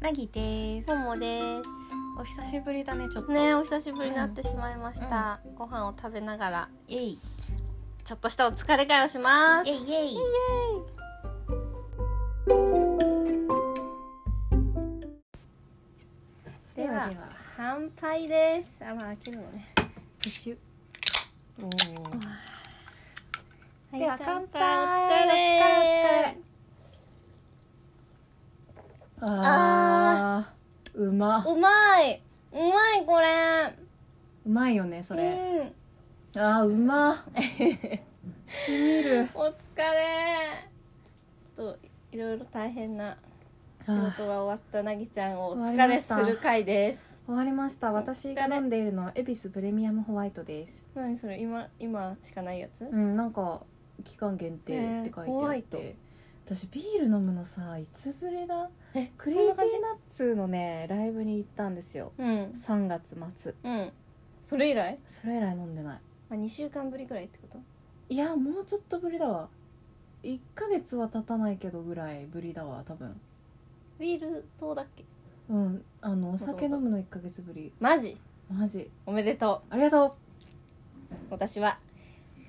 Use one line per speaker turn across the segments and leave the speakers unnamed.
なぎです
ももです
お久しぶりだねちょっと
ねお久しぶりになってしまいました、ご飯を食べながら
イエイイ
ちょっとしたお疲れ会をします
エイイエイ
ではでは乾杯ですあまあ開けるのね
プシュお
は
では乾杯
お疲れ
お疲れ
お疲れ
あーうま
うまいうまいこれ
うまいよねそれ、
うん
あーうましみる
お疲れちょっといろいろ大変な仕事が終わったなぎちゃんをお疲れする回です
終わりました私が飲んでいるのは恵比寿プレミアムホワイトです
何それ今今しかないやつ
うんなんか期間限定って書いてあって、
えーホワイト
私ビール飲むのさいつぶりだ
え
クリーピーナッツのねライブに行ったんですよ
うん
3月末
うんそれ以来
それ以来飲んでない
あ2週間ぶりぐらいってこと
いやもうちょっとぶりだわ1ヶ月は経たないけどぐらいぶりだわ多分
ビールどうだっけ
うんあのお
ともと
酒飲むの1ヶ月ぶり
マジ
マジ
おめでと
ありがと
う私は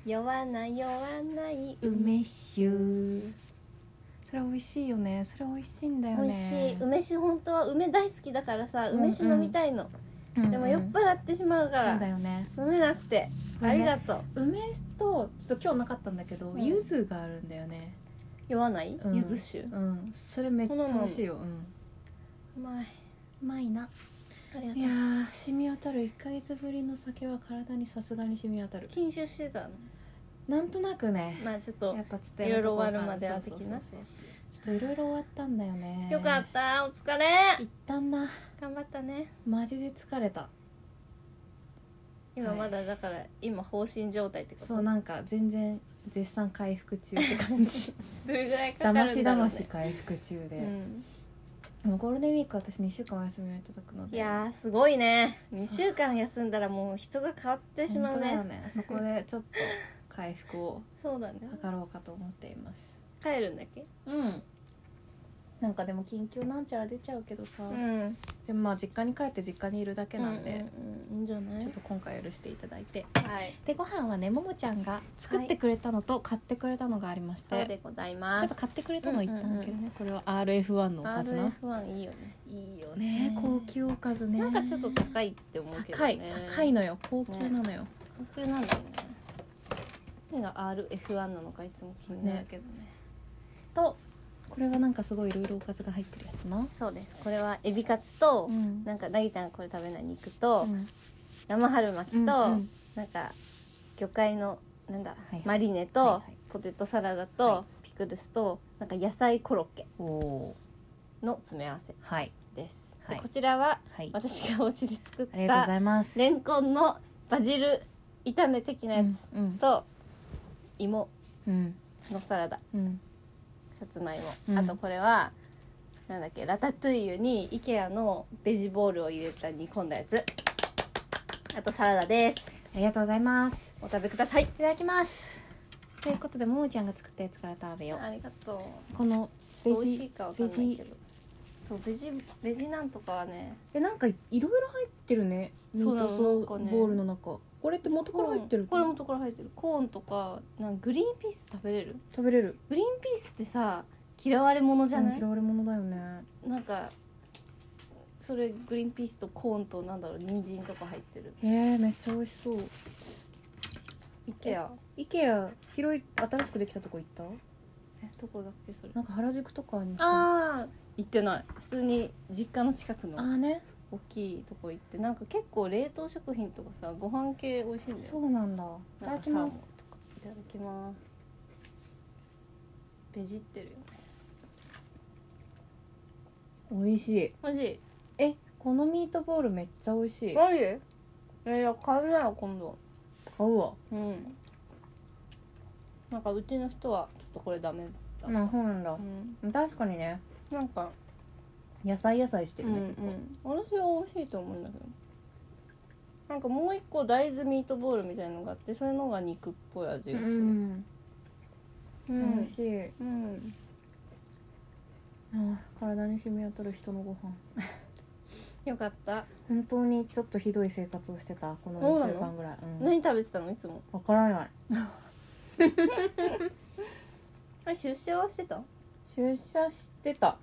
酔わない酔わないう
梅酒それ美味しいよねそれ美味しいんだよね
美味しい梅酒本当は梅大好きだからさ
うんうん
梅酒飲みたいの、
うん
でも酔っ払ってしまうか
そ
ら
うだよね
飲めなくてありがとう
梅とちょっと今日なかったんだけど
うん
柚子があるんだよね
酔わない
うん
ゆず酒う
うんそれめっちゃ美味しいようん
まいう
まいな
ありがと
いうやー染み渡る1ヶ月ぶりの酒は体にさすがに染み渡る
禁酒してたの
なんとなくね
まあちょっと
やっぱちょっと
いろいろ終わるまでは
そうそう
的な
そうそうちょっといろいろ終わったんだよね
よかったお疲れ
一旦な
頑張ったね
マジで疲れた
今まだだから今放心状態ってこと
そうなんか全然絶賛回復中って 感じ
どれぐらいかかる
だ
んだ
ま
ろう
し
ね
だまし回復中
う
で、
ん
もうゴールデンウィーク私2週間お休みをいただくの
い
で
やーすごいね2週間休んだらもう人が変わってし
本
まう
当だよ
ね
ねそこでちょっと回復を
そうだね
図ろうかと思っています
帰るんだっけ
うんなんかでも緊急なんちゃら出ちゃうけどさ、
うん
でもまあ実家に帰って実家にいるだけなんで、
うんうんうんいいんじゃない
ちょっと今回許していただいて
はい
でご飯はねももちゃんが作ってくれたのと買ってくれたのがありまして、
そうでござい
ちょ
ま
っ
す
と買ってくれたの一旦けどね、
うん
これは RF1 のおかずな
RF1 いいよね
いいよ
ね
高級おかずね
なんかちょっと高いって思うけど
高い
ね
高いのよ高級なのよ、
高級なんだよね何が RF1 なのかいつも気になるけどね
とこれはなんかすごいいろいろおかずが入ってるやつな
そうですこれはエビカツと、
ん
なんかなぎちゃんがこれ食べない肉と、
うん
生春巻きと、
うんうん
なんか魚介のなんだ、
いはい
マリネと、
はいはい
ポテトサラダと、
は
ピクルスとなんか野菜コロッケ
おお
の詰め合わせ
ーはい
です、
はい
でこちらは
はいあ
私がお家で作っ
りがとうござ
た
います
レンコンのバジル炒め的なやつ
うん
と、芋
うん
のサラダ
うん
さつまいも、
うん
あとこれはなんだっけラタトゥイユに IKEA のベジボールを入れた煮込んだやつあとサラダです
ありがとうございます
お食べください
いただきますということでももちゃんが作ったやつから食べよ
ありがと
うこの
う
ベ
美味しい
ジ
かわかんないけどそうベジベジなんとかはね
えなんかいろいろ入ってるねミ
そう
ー
なの
トソ
なんかね
ーボールの中これって元から入ってる
コーンこれもところ入ってるコーンとかなんかグリーンピース食べれる
食べれる
グリーンピースってさ嫌われ者じゃない
嫌われ者だよね
なんかそれグリーンピースとコーンとなんだろう人参とか入ってる
へえめっちゃ美味しそう
IKEA
IKEA 広い新しくできたとこ行った
えどこだっけそれ
なんか原宿とかにさ
ああ行ってない普通に実家の近く
あ
の
ーね
大きいとこ行ってなんか結構冷凍食品とかさご飯系美味しいんだよ
そうなんだいた
なん
だ
かサ
き
ーモ
ま
ン
す
とかいただきますベジってるよね
美味しい
マジ
えこのミートボールめっちゃ美味しい買
マジえいや買うなよ今度
うわ
うんなんかうちの人はちょっとこれダメだ、
なそうなんだ
うん、
確かにね
なんか、
野菜野菜して
う
る
ん
ね、
うん、私は美味しいと思うんだけどなんかもう一個大豆ミートボールみたいのがあってそれのが肉っぽい味がす
結構
る、
うん、
う
美味
ん
しい
うん、
ああ体に染み当たる人のご飯
よかった
本当にちょっとひどい生活をしてたこの
そうな
2
の
週間ぐらい、うん
何食べてたのいつも
わからない
あれ出社はしてた
出社してた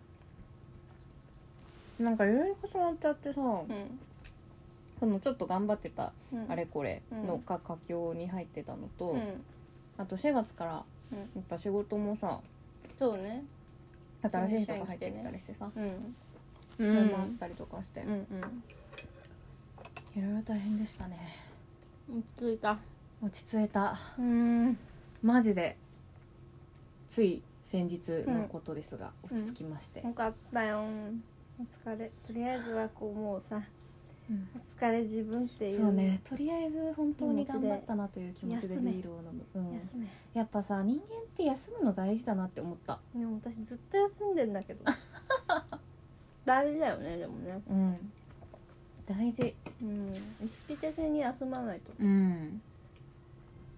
なんかいろいろ重なっちゃってさ
うん、
このちょっと頑張ってた
うん、
あれこれ
う
の
ん
か佳境に入ってたのと、
うん
あと4月から
うん
やっぱ仕事もさ
そうね
新しい人が入ってきたりしてさ、
うん
う
うん
あったりとかして、
うんうん
いろいろ大変でしたね
落ち着いた
落ち着いた
うん
マジでつい先日のことですが、
うん
落ち着きまして、
よかったよお疲れとりあえずはこうもうさ
うん
お疲れ自分っていう
そうねとりあえず本当に
気持ち
頑
で
張ったなという気持ちで
休
ビ
め
ールを飲む、うん
休め
やっぱさ人間って休むの大事だなって思った
でも私ずっと休んでんだ けど大事だよねでもね
うん大事
うん一時的に休まないと
うん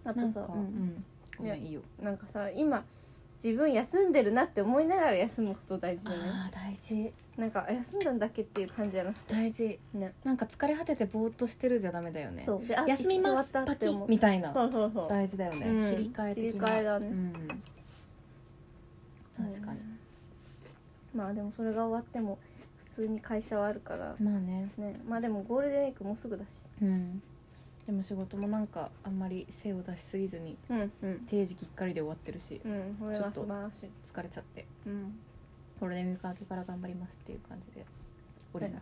あ
な
と
んか
さ
う
うん
ん、ごめんいいよ
なんかさ今自分休んでるなって思いながら休むこと大事だよね
あー大事
なんかあ休んだんだけっていう感じじゃなくて
大事
ね
なんか疲れ果ててぼーっとしてるじゃダメだよね
そうであ
休み
一日
ます
終わった
パ
っ
キ
て
ッ
思う
みたいな
そうそうそう
大事だよね、
うん
切り替え的
切
な
り替えだね
うん、
うん
確かに、
まあでもそれが終わっても普通に会社はあるから
まあね
ねまあでもゴールデンウィークもうすぐだし
うんでも仕事もなんかあんまり精を出しすぎずに
うんうん
定時きっかりで終わってるし
うんこれは素晴らしい
疲れちゃって
うん
ゴールデンウィーク明けから頑張りますっていう感じでおりま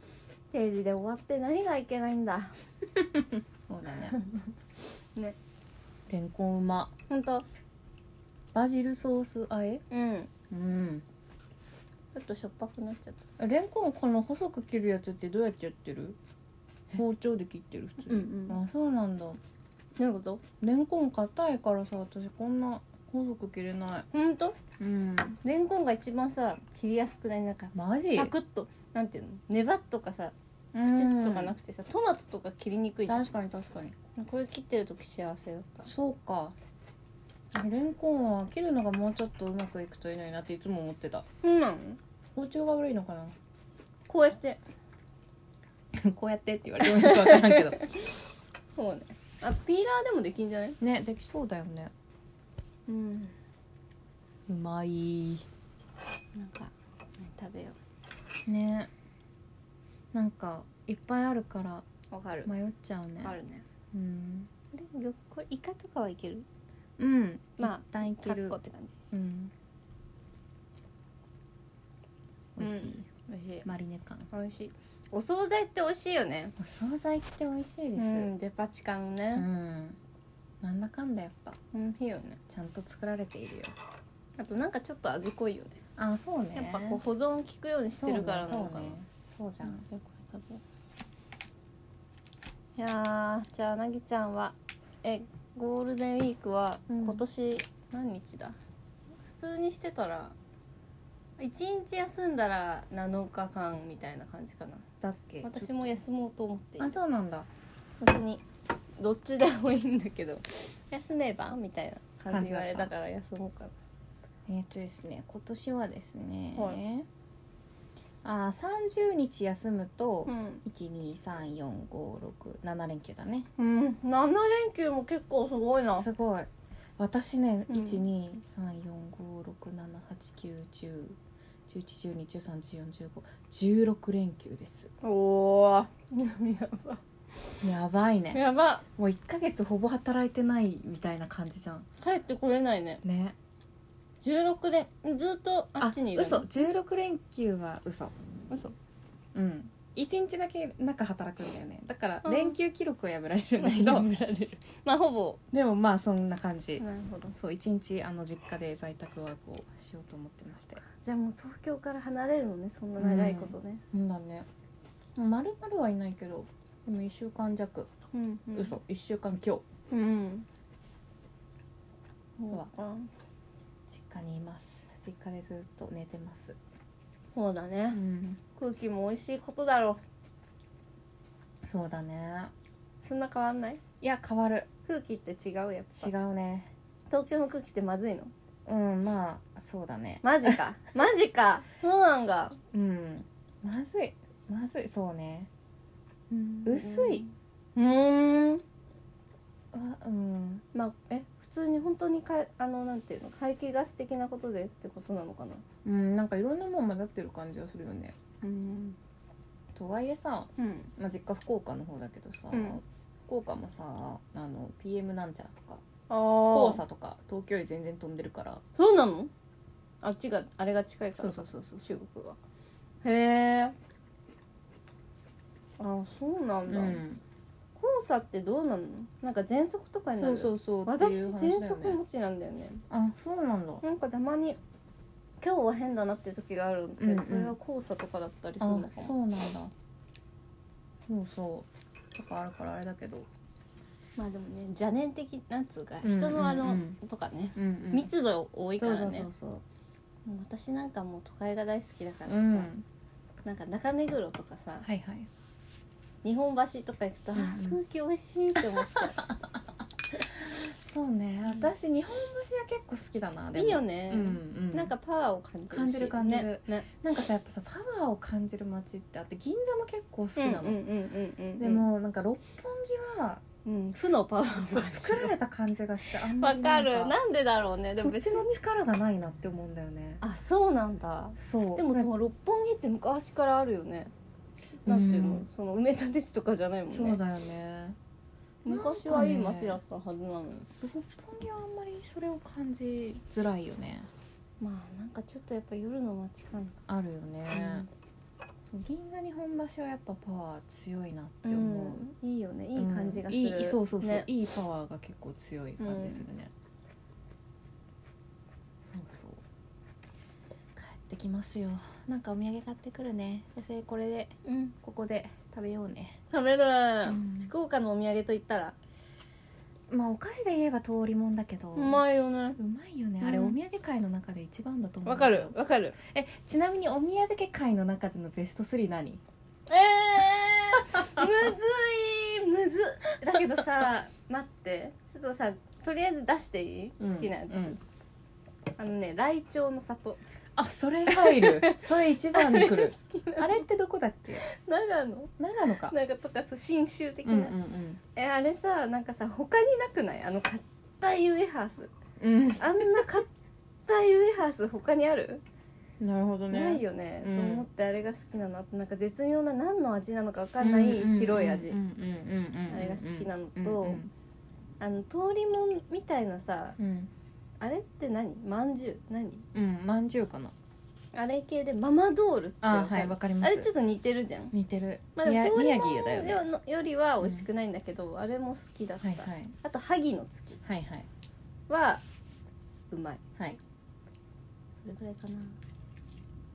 す、
定時で終わって何がいけないんだ
そうだね
ね
レンコンうま
本当
バジルソースあえ
うん
うん
ちょっとしょっぱくなっちゃった
レンコンこの細く切るやつってどうやってやってる包丁で切ってる普通に
うんうん
あそうなんだ
どういうこと
レンコン硬いからさ私こんな細く切れない
本当
うん
レンコンが一番さ切りやすくないなんか
マジ
サクッとなんていうのネバッとかさ
う
プチ
ん
ッとかなくてさトマトとか切りにくいじゃん
確かに確かに
これ切ってる時幸せだった
そうかレンコンは切るのがもうちょっとうまくいくといいのになっていつも思ってた
そうなの
包丁が悪いのかな
こうやって
こうやってって言われてもよくわからんけど
そうねあピーラーでもできんじゃない
ねできそうだよね
うん
うまい
なんか、食べよ
ねなんかいっぱいあるから
うわかる
迷っちゃうね
わかるね
うん、
あれ魚これイカとかはいける
うん、
まあ
一旦い
カ
け
ッ
る
コって感じ
うん美味しい、
美味しい
マリネ感
美味しいお惣菜って美味しいよね
お惣菜って美味しい
う
です
んデパ地下の
う
ね
んなんだかんだやっぱ
うん美味しいよね
ちゃんと作られているよ
あとなんかちょっと味濃いよね
あそうね
やっぱこう保存効くようにしてるからなのかな
そう,、そうじゃん、
うんそういうこと食べよういやーじゃあなぎちゃんはえゴールデンウィークは
うん
今年何日だ、普通にしてたら1日休んだら7日間みたいな感じかな
だっけ
私も休もうと思っている
あそうなんだ
別にどっちでもいいんだけど休めばみたいな感じがあれ
感
だ
じ
から休もうかな
えっ、とですね今年はですね、
は
あ30日休むと、
うん、
1234567連休だね
うん、7連休も結構すごいな
すごい私ね、
うん
1 2 3 4 5 6 7 8 9 1 0 1 1 1 2 1 3 1 4 1 5 1 6連休です
おおー やば
やばいね
やば
もう1ヶ月ほぼ働いてないみたいな感じじゃん
帰ってこれないね
ね
16連ずっとあっちにいる
嘘16連休は嘘
嘘
うん1日だけ中働くんだよねだから
うん
連休記録は破られるんだけど
まあほぼ
でもまあそんな感じ
なるほど
そう1日あの実家で在宅ワークをしようと思ってまして
じゃあもう東京から離れるのねそんな長いことね
うんだねまるまるはいないけどでも1週間弱、
うん、うん、
嘘1週間今日
うん
うわ
そうか
実家にいます実家でずっと寝てます
そうだ
う
ね
ん
空気も美味しいことだろ
そうだね
うそんな変わんない
いや変わる
空気って違うやっぱ
違うね
東京の空気ってまずいの
うんまあそうだね
マジ かマジかそうなんが
うんまずいまずいそうね薄
薄
い
い
うん
あうん
まあえ普通に本当にかあのなんていうの排気ガス的なことでってことなのかな
うんなんかいろんなもん混ざってる感じはするよね
うん
とはいえさ、
うん
まあ、実家福岡の方だけどさ、
うん
福岡もさあの PM なんちゃらとか
あ
黄
あ
砂とか東京より全然飛んでるから
そうなのあっちがあれが近いから
そうそうそう
中国がへえあそうなんだ、
うん
黄砂ってどうなのなんか喘息とかにな
そ
る
うそうそうって
私
いう話だよ
喘
ね
息持ちなんだよね
あそうなんだ
なんかたまに今日は変だなって時があるんだけど、
うんうん
それは黄砂とかだったりす
あ
るのか
そう
も
なんだそうそうとかあるからあれだけど、
まあでもね邪念的なんつうか
うんうんうん
人のあの、とかね
うんうん
密度多いか
そ
ら
う
ね
そうそうそう
もう私なんかもう都会が大好きだからさ、
うん
なんか中目黒とかさ
はいはい
日本橋とか行くと、あー
うんう
空
ん
気美味しいって思っちゃう
そうね私日本橋は結構好きだ なでも
いいよね
うんうん、
なんかパワーを感じるし
感じる感じる
ねね
なんかさやっぱさパワーを感じる街ってあって銀座も結構好きなの、
うんうんうんうんうん
でもなんか六本木は
うん負のパワ
そう
ー
作られた感じがしてあんま
わ
り
か
なん
るなんでだろうねでも
土
別
地
に
の力がないなって思うんだよね
あそうなんだ
そう
でもそ
なんか
の六本木って昔からあるよねなんていうの、
うん
その埋め立て地とかじゃないもんね
そうだよね
昔はいい街だったはずなのに
六本木はあんまりそれを感じづらいよね
まあなんかちょっとやっぱ夜の街感
あるよね
うん、
そう銀座日本橋はやっぱパワー強いなって
う
思う、
んいいよねいい感じがする、
うんいいそうそうそう、
ね
いいパワーが結構強い感じするね、そうそう帰ってきますよなんかお土産買ってくるね先生これで
うん
ここで食べようね、
食べる、
ん
福岡のお土産と言ったら
まあお菓子で言えば通りもんだけど
うまいよね
うまいよね
うん
あれお土産界の中で一番だと思う
わかるわかる
えちなみにお土産界の中でのベスト3何
えー、 むずいむずだけど さ待ってちょっとさとりあえず出していい、好きなやつ、
うん
あのねライチョウの里
あそれ入る それ一番に来 るあれってどこだっけ
長野
長野か
なんかとかそう信州的
う
な、
んうん
えあれさなんかさ他になくないあの硬いウエハース
うん
あんな硬いウエハース他にある、
うんなるほどね
ないよね、
うん
と思ってあれが好きなのあとなんか絶妙な何の味なのか分かんない白い味、あ
あ
れが好きなのとあの通りもんみたいなさ
うん
あれって何まんじゅう何
うんまんじゅうかな
あれ系でママドールってわ
あ
かる
はいわかりま
あ
す
れちょっと似てるじゃん、
似てる
まあ、で
宮
も
宮城だよ
通り
ね
も
は
んよよりは美味しくないんだけど、あれも好きだった、
いはい
あと萩の月
はいはい
はうまい
はい
それぐらいかな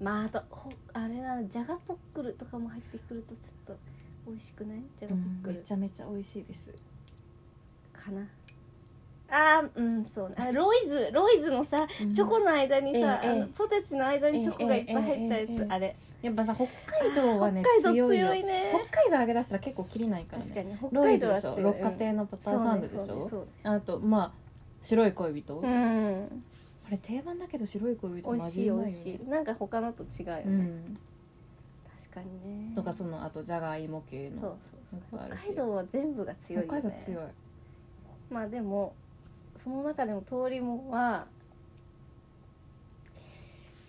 まああとほあれだじゃがポックルとかも入ってくるとちょっと美味しくないじゃが
う
ポ
ん
ック
め
ル
ちゃめちゃ美味しいです
かな、あーうんそうねあロイズロイズのさ
うん
チョコの間にさ、
ええ
あのポテチの間にチョコがいっぱい入ったやつ、
ええええええ
あれ
やっぱさ北海道はね
北海道
強い
強
よ
いね
北海道揚げ出したら結構きりないから
確か
ね
に北
ロ
海
イズ
道
で
は
し
強
ょ
い
六花亭のバターサンドでし
そうねそう
ょ
ね
あとまあ白い恋人
そうねうん
あれ定番だけど白い恋人
美味しい美
うま
味しいなんか他のと違うよね、
うん
確かにね
とかそのあとじゃがいも系
そう
の
そうそう
いっぱいあるし
北海道は全部が強いよ
北
ね
海道強い
まあでもその中でも通りもんは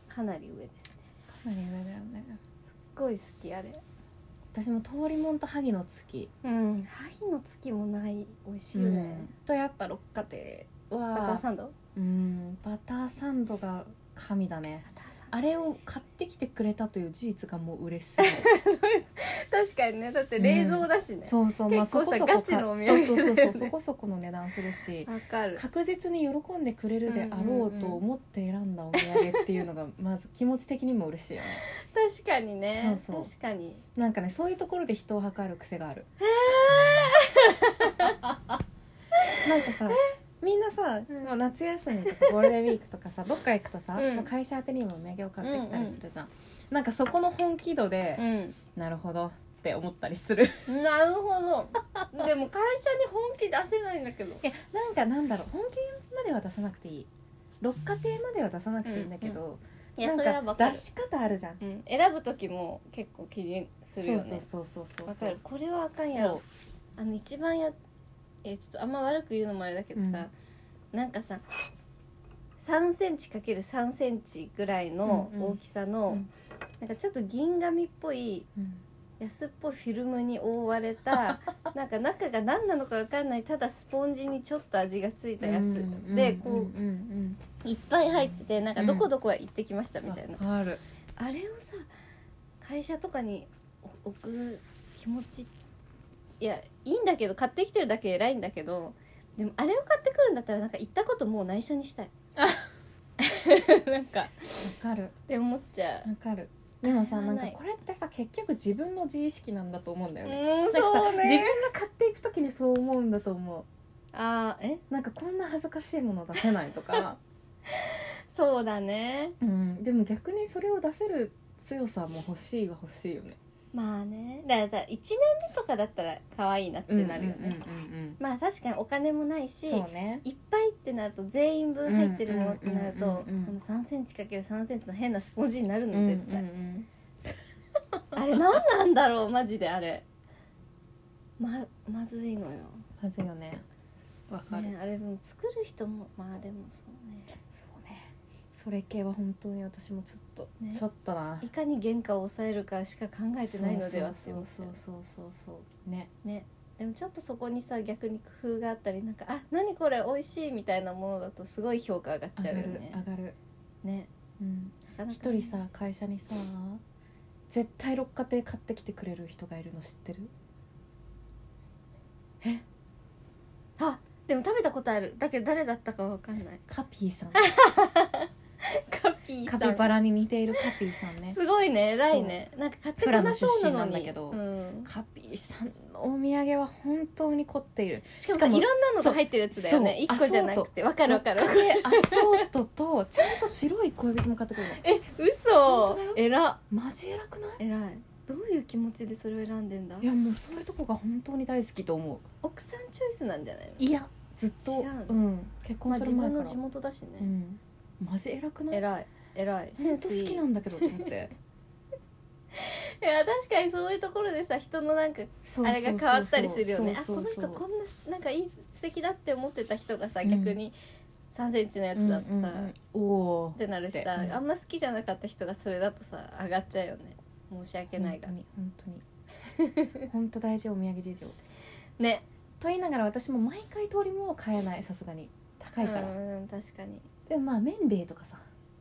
かなり上ですね
かなり上だよね
すっごい好きあれ
私も通りもんと萩の月
うん萩の月もない美味しいよね、
とやっぱ六花亭
バタ
は
ーサンド
うんバターサンドが神だね
バターサンド
あれを買ってきてくれたという事実がもう嬉しすぎる
確かにねだって冷蔵だしね
そうそうまあ
結構さ
そこそこか
ガチのお土産だ
そ
よ
う
ね
そうそうそうそこそこの値段するし
わ、かる
確実に喜んでくれるであろうと思って選んだお土産っていうのがまず気持ち的にも嬉しいよね
確かにね
そうそう
確かに
なんかねそういうところで人を測る癖がある。 なんかさみんなさ、
うん
もう夏休みとかゴールデンウィークとか さどっか行くとさ、
うん
もう会社宛てにもお土産を買ってきたりするじゃん。なんかそこの本気度で、
うん
なるほどって思ったりする。
なるほどでも会社に本気出せないんだけど
いやなんかなんだろう本気までは出さなくていい。六花亭までは出さなくていいんだけど、
いやそれ
な
は
ん
わ
か
かる
出、し方あるじゃん。
うん、選ぶ時も結構気にするよ
そう
ね
そうそうそうそう。
わかるこれはあかんや
そ
ろあの一番やえちょっとあんま悪く言うのもあれだけどさ、なんかさ3センチかける3センチぐらいの
うんうん
大きさの、
うん。
なんかちょっと銀紙っぽいう
うん
安っぽいフィルムに覆われ たなんか中が何なのかわかんないただスポンジにちょっと味がついたやつ、でこ
う、うん
ういっぱい入っててなんかどこどこへ行ってきましたみたいな、
わかる。
あれをさ会社とかにお置く気持ちいやいいんだけど買ってきてるだけ偉いんだけどでもあれを買ってくるんだったらなんか行ったこともう内緒にしたい なんかっ
わかる。
て思っちゃう
わかる。でも
あ
さ
れは
なん
な
か
い
これってさ結局自分の自意識なんだと思うんだよね。
うん
なんかさ
そう
自分
ね
が買っていくときにそう思うんだと思
あーえ
う。なんかこんな恥ずかしいもの出せないとか。
そうだね
うん。でも逆にそれを出せる強さも欲しいは欲しいよね。
まあねだからさ1年目とかだったら可愛いなってなるよね、
うんうんうんうん
まあ確かにお金もないし
そうね。
いっぱいってなると全員分入ってるものってなると
うんうんうん
そ
うん
の
う
3
ん
センチかける3センチの変なスポンジになる
うん
の
うん
絶対、
うん
あれ何なんだろうマジであれままずいのよ、
まずいよね。わかる。
ね、あれでも作る人もまあでもそうね
そうね。それ系は本当に私もちょっと、
ね。
ちょっとない
かに原価を抑えるかしか考えてないのではって
そ
思
う
っち
そ
ゃ
う
う
そうそうそうね。
ねでもちょっとそこにさ逆に工夫があったりなんか「あ何これ美味しい」みたいなものだとすごい評価上がっ
上
ちゃう
が
よ
る
ね
上がる。
ね
うん。
なかなかね
一人さ会社にさ絶対六花亭買ってきてくれる人がいるの知ってる
あでも食べたことあるだけど誰だったかわかんない
カピーさん
カピーさ
カ
ん
ピバラに似ているカピーさんね
すごいね偉いねなんか買ってこなそうなのに
フラの出身なんだけど
うん
カピーさんのお土産は本当に凝っている
しかも
しかも
いろんなのが入ってるやつだよね
そう
一個じゃなくてわかるわかる
六花亭アソートとちゃんと白い恋人も買ってくるの
え
本当
嘘
だよ
えら
マジ偉くない
えらいどういう気持ちでそれを選んでんだ
いやもうそういうとこが本当に大好きと思
奥さんチョイスなんじゃないの
ういやずっと
違うの
ん、結
ま
婚
あ
す
自
る前
分
から、
の地元だし
う
ね
ん、マジ偉くない
えらいえらいセ
本
ンス
当
いい
好きなんだけどと思って
いや確かにそういうところでさ人のなんか
そ う
あれが変わったりするよねあ
そ
こ
う
の
そうそう
人こんななんかいい素敵だって思ってた人がさ
うん
逆に3センチのやつだとさ、
うんうんうんおお
ってなるしさ、
うん
あんま好きじゃなかった人がそれだとさ上がっちゃうよね申し訳ないが
本当に本当に 本当大事お土産事情
ね
と言いながら私も毎回通りも買えないさすがに高いから、
うん確かに
でもまあ麺類とかさ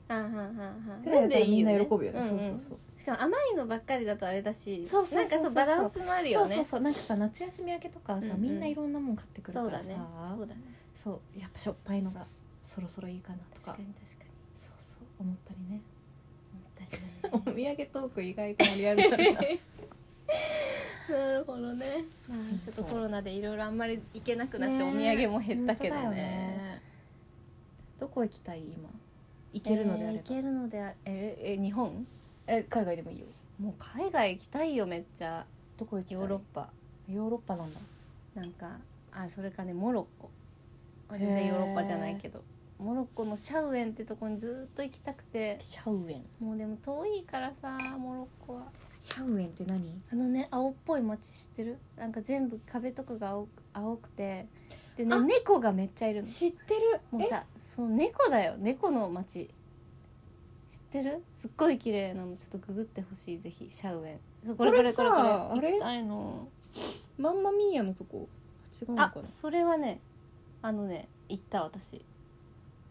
はんはんはんはん
ぐらいだったらみんな喜ぶよね
うんうん
そうそう
しかも甘いのばっかりだとあれだし
そうそうそうそう
なんかそうバランスもある
そ
よ
うそう
ね
そうなんかさ夏休み明けとかさ、
うんうん
みんないろんなもん買ってくるか
だ
らさ
ねそうだね
そうやっぱしょっぱいのがそろそろいいかなとか
確かに確かに
そうそう思ったりね
思
お
った
土産トーク意外と盛り上げたり
りね なるほどねまあちょっとコロナでいろいろあんまり行けなくなって、お土産も減ったけどね
どこ行きたい今行けるのであ
え
れば
ー、行けるのであれええ日本
え海外でもいいよ
もう海外行きたいよめっちゃ
どこ行きたい
ヨーロッパ
ヨーロッパなんだ
なんかあそれかねモロッコまあ全然ヨーロッパじゃないけどモロッコのシャウエンってとこにずっと行きたくて
シャウエン
もうでも遠いからさモロッコは
シャウエンって何
あのね青っぽい街知ってるなんか全部壁とかが青く青くてでね
あ
猫がめっちゃいるの
知ってる
もうさそう猫だよ猫の街知ってるすっごい綺麗なのちょっとググってほしいぜひシャウエンそうこれこれこれこれ
これさあれ
行きたいの
えマンマミーヤのとこ違うの
あ
かな
それはねあのね行った私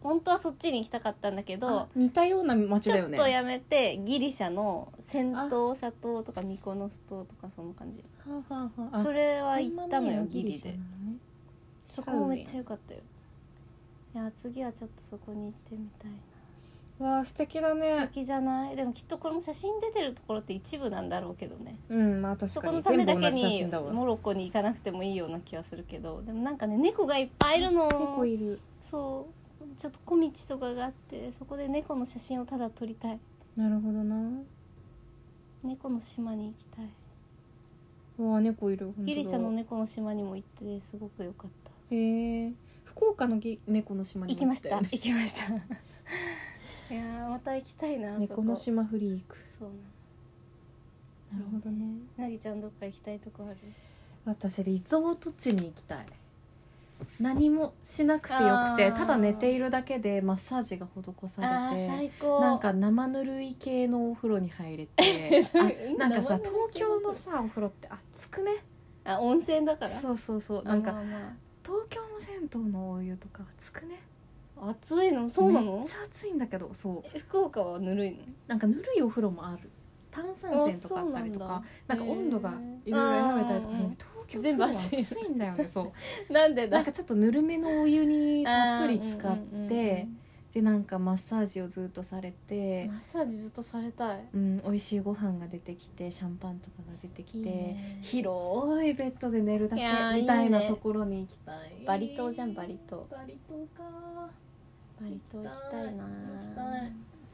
本当はそっちに行きたかったんだけど、
あ似たような街
ち
だ
ょ
よ
っ
ね
とやめてギリシャの銭湯砂糖とかミコノス島とかその感じ
はあはあはあ
それは行ったの
マンマミーヤ
よ
は
ギリ
シャ
で
なのね
そこもめっち
シャ
ゃ良かったよいや次はちょっとそこに行ってみたい
ウエンわあ素敵だ
な、素
ね
敵じゃないでもきっとこの写真出てるところって一部なんだろうけどね
うんまあ確
そ
か
この
に
ため
全
だ
部同
け
じ写
に
真だわ
モロッコに行かなくてもいいような気はするけどでもなんかね猫がいっぱいいるの
猫いる
そうちょっと小道とかがあってそこで猫の写真をただ撮りたい
なるほどな
猫の島に行きたいう
わあ猫いる本当だ
ギリシャの猫の島にも行ってすごく良かった
へえ福岡のぎ猫の島に
行き
も
ました
よね
行きましたいやーまた行 きたいなあそこ
猫の島フリーク
そうなの
なるほどね
なぎちゃんどっか行きたいとこある
私リゾート地に行きたい何もしなくてよく
あ
て
ー
ただ寝ているだけでマッサージが施さ
あー
れて
最高
なんか生ぬるい系のお風呂に 入れてあなんかさ
生ぬるい系
東京のさお風呂って熱くね
あ温泉だから
そうそうそう
あ
なんか
まあま
東京の銭湯のお湯とか熱くね
あ暑いのそうな
め
の
っちゃ暑いんだけどそう
え福岡はぬるいの
なんかぬるいお風呂もある炭酸泉とかあったりと
あ
か
そ
な
うなん
ん
だ
か温度がいろいろ選べたりとかする
へー
東 京
全部
の
熱い
風呂は暑いんだよねそう
なんで
なん
だ
かちょっとぬるめのお湯にたっぷり使
あ
っ
ーうんうんうん
てでなんかマッサージをずっとされ
うん
て、
マッサージずっとされたい
うん、美味しいご飯が出てきてシャンパンとかが出てきて
いいね
広いベッドで寝るだけ
いやー
みたいな
い
い
ね
ところに行きたい
バリ島じゃんバリ島
バリ島か
バリ島行きたいな
行きたい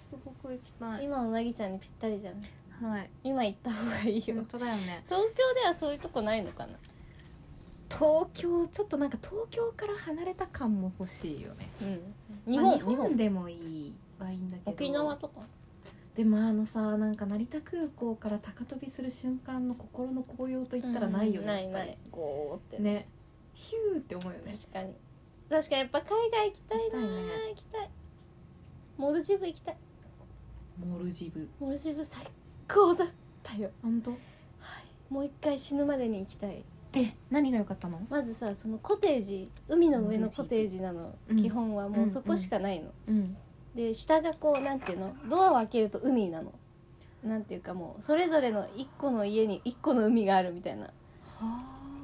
すごく行きたい
今のなぎちゃんにぴったりじゃん
はい
今行った方がいいよ
本
東
当だよね
京ではそういうとこないのかな
東京ちょっとなんか東京から離れた感も欲しいよね
うん日
日本,、
本
日本でもいいはいいんだけど
沖縄とか
でもあのさなんか成田空港から高飛びする瞬間の心の高揚といったらないよね、
ない
やっぱ
な
り
いゴーって
ねヒューって思うよね
確かに確かにやっぱ海外行きたいな
行きたいね
行きたいモルジブ行きたい
モルジブ
モルジブ最高だったよ
本当
もう一回死ぬまでに行きたい
え何が良かったの
まずさそのコテージ海の上のコテージなの
うん
基本はもうそこしかないの、
うん
で下がこうなんていうのドアを開けると海なのなんていうかもうそれぞれの一個の家に一個の海があるみたいな
は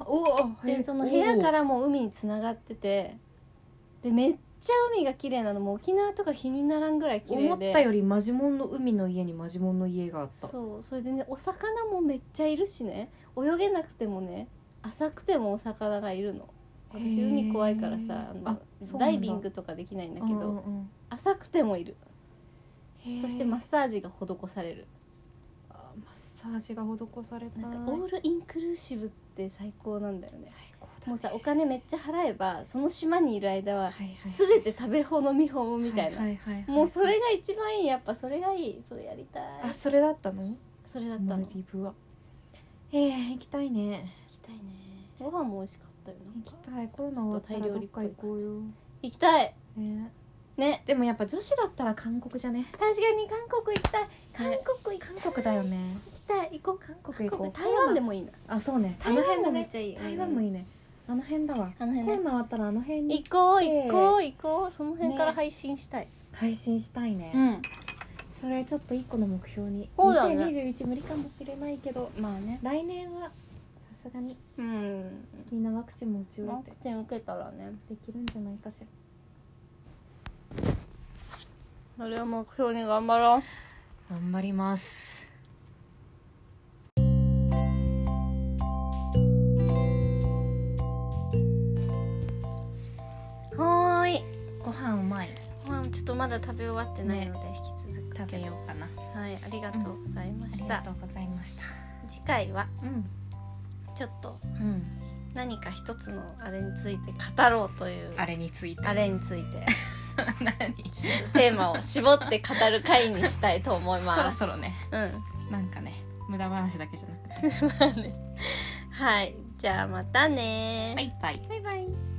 あおお
でその部屋かららも海につながっててでめっちゃ海が綺麗なのもう沖縄とか日にならんぐらい綺麗で
思ったよりマジモンの海の家にマジモンの家があった
そうそれでねお魚もめっちゃいるしね泳げなくてもね浅くてもお魚がいるの私
へー
海怖いからさあの
あそうな
ダ
んだ
イビングとかできないんだけど、
うんうん
浅くてもいる
うん
そしてマッ
へー
サージが施される
あマッサージが施された
なんかオールインクルーシブって最高なんだよね
最高だね
もうさお金めっちゃ払えばその島にいる間は
はいはい
全て食べ放飲み放みたいな、
はいはいはいはい
もうそれが一番いいやっぱそれがいいそれやりたい
あそれだったの
それだった
モ
の
ル
行き
ディブはえー、行きたいね
たいねご飯も美味しかったよな
行きたいコロナ終わったらどっか行こうよ、
行きたい
ね、
ね
でもやっぱ女子だったら韓国じゃね
確かに韓国行きたい韓国行きたい
韓国だよね
行きたい行こう
韓国行こう
台湾でもいいな
あそうねあ
台
の
湾
辺
も
だ
めっ
ね
ちゃいい
台湾もい
い
いねあの辺だわ
あの
コ
辺
ロ
ね
ナ終わったらあの辺に
行こう行
ええ
こう行こうその辺から配信したい
配信したいね、
ん
それちょっと一個の目標に
そうだね
2021無理かもしれないけど
まあね
来年はさすがに
うん
みんなワクチンも打ち終
ワ
え
ク
て
チン受けたらね
できるんじゃないかしら
それを目標に頑張ろう
頑張ります
はーい
ご飯うまい
まあちょっとまだ食べ終わってないので引き続く
食べようかな
はいありがとうございまし
あり
た、
がとうございました
次回は
うん
ちょっと
うん
何か一つのあれについて語ろうという
あれについて
あれについて
何
ちょっとテーマを絞って語る回にしたいと思います
そろそろね
うん
なんかね無駄話だけじゃなくて
はいじゃあまたね
バイバイ
バイバイ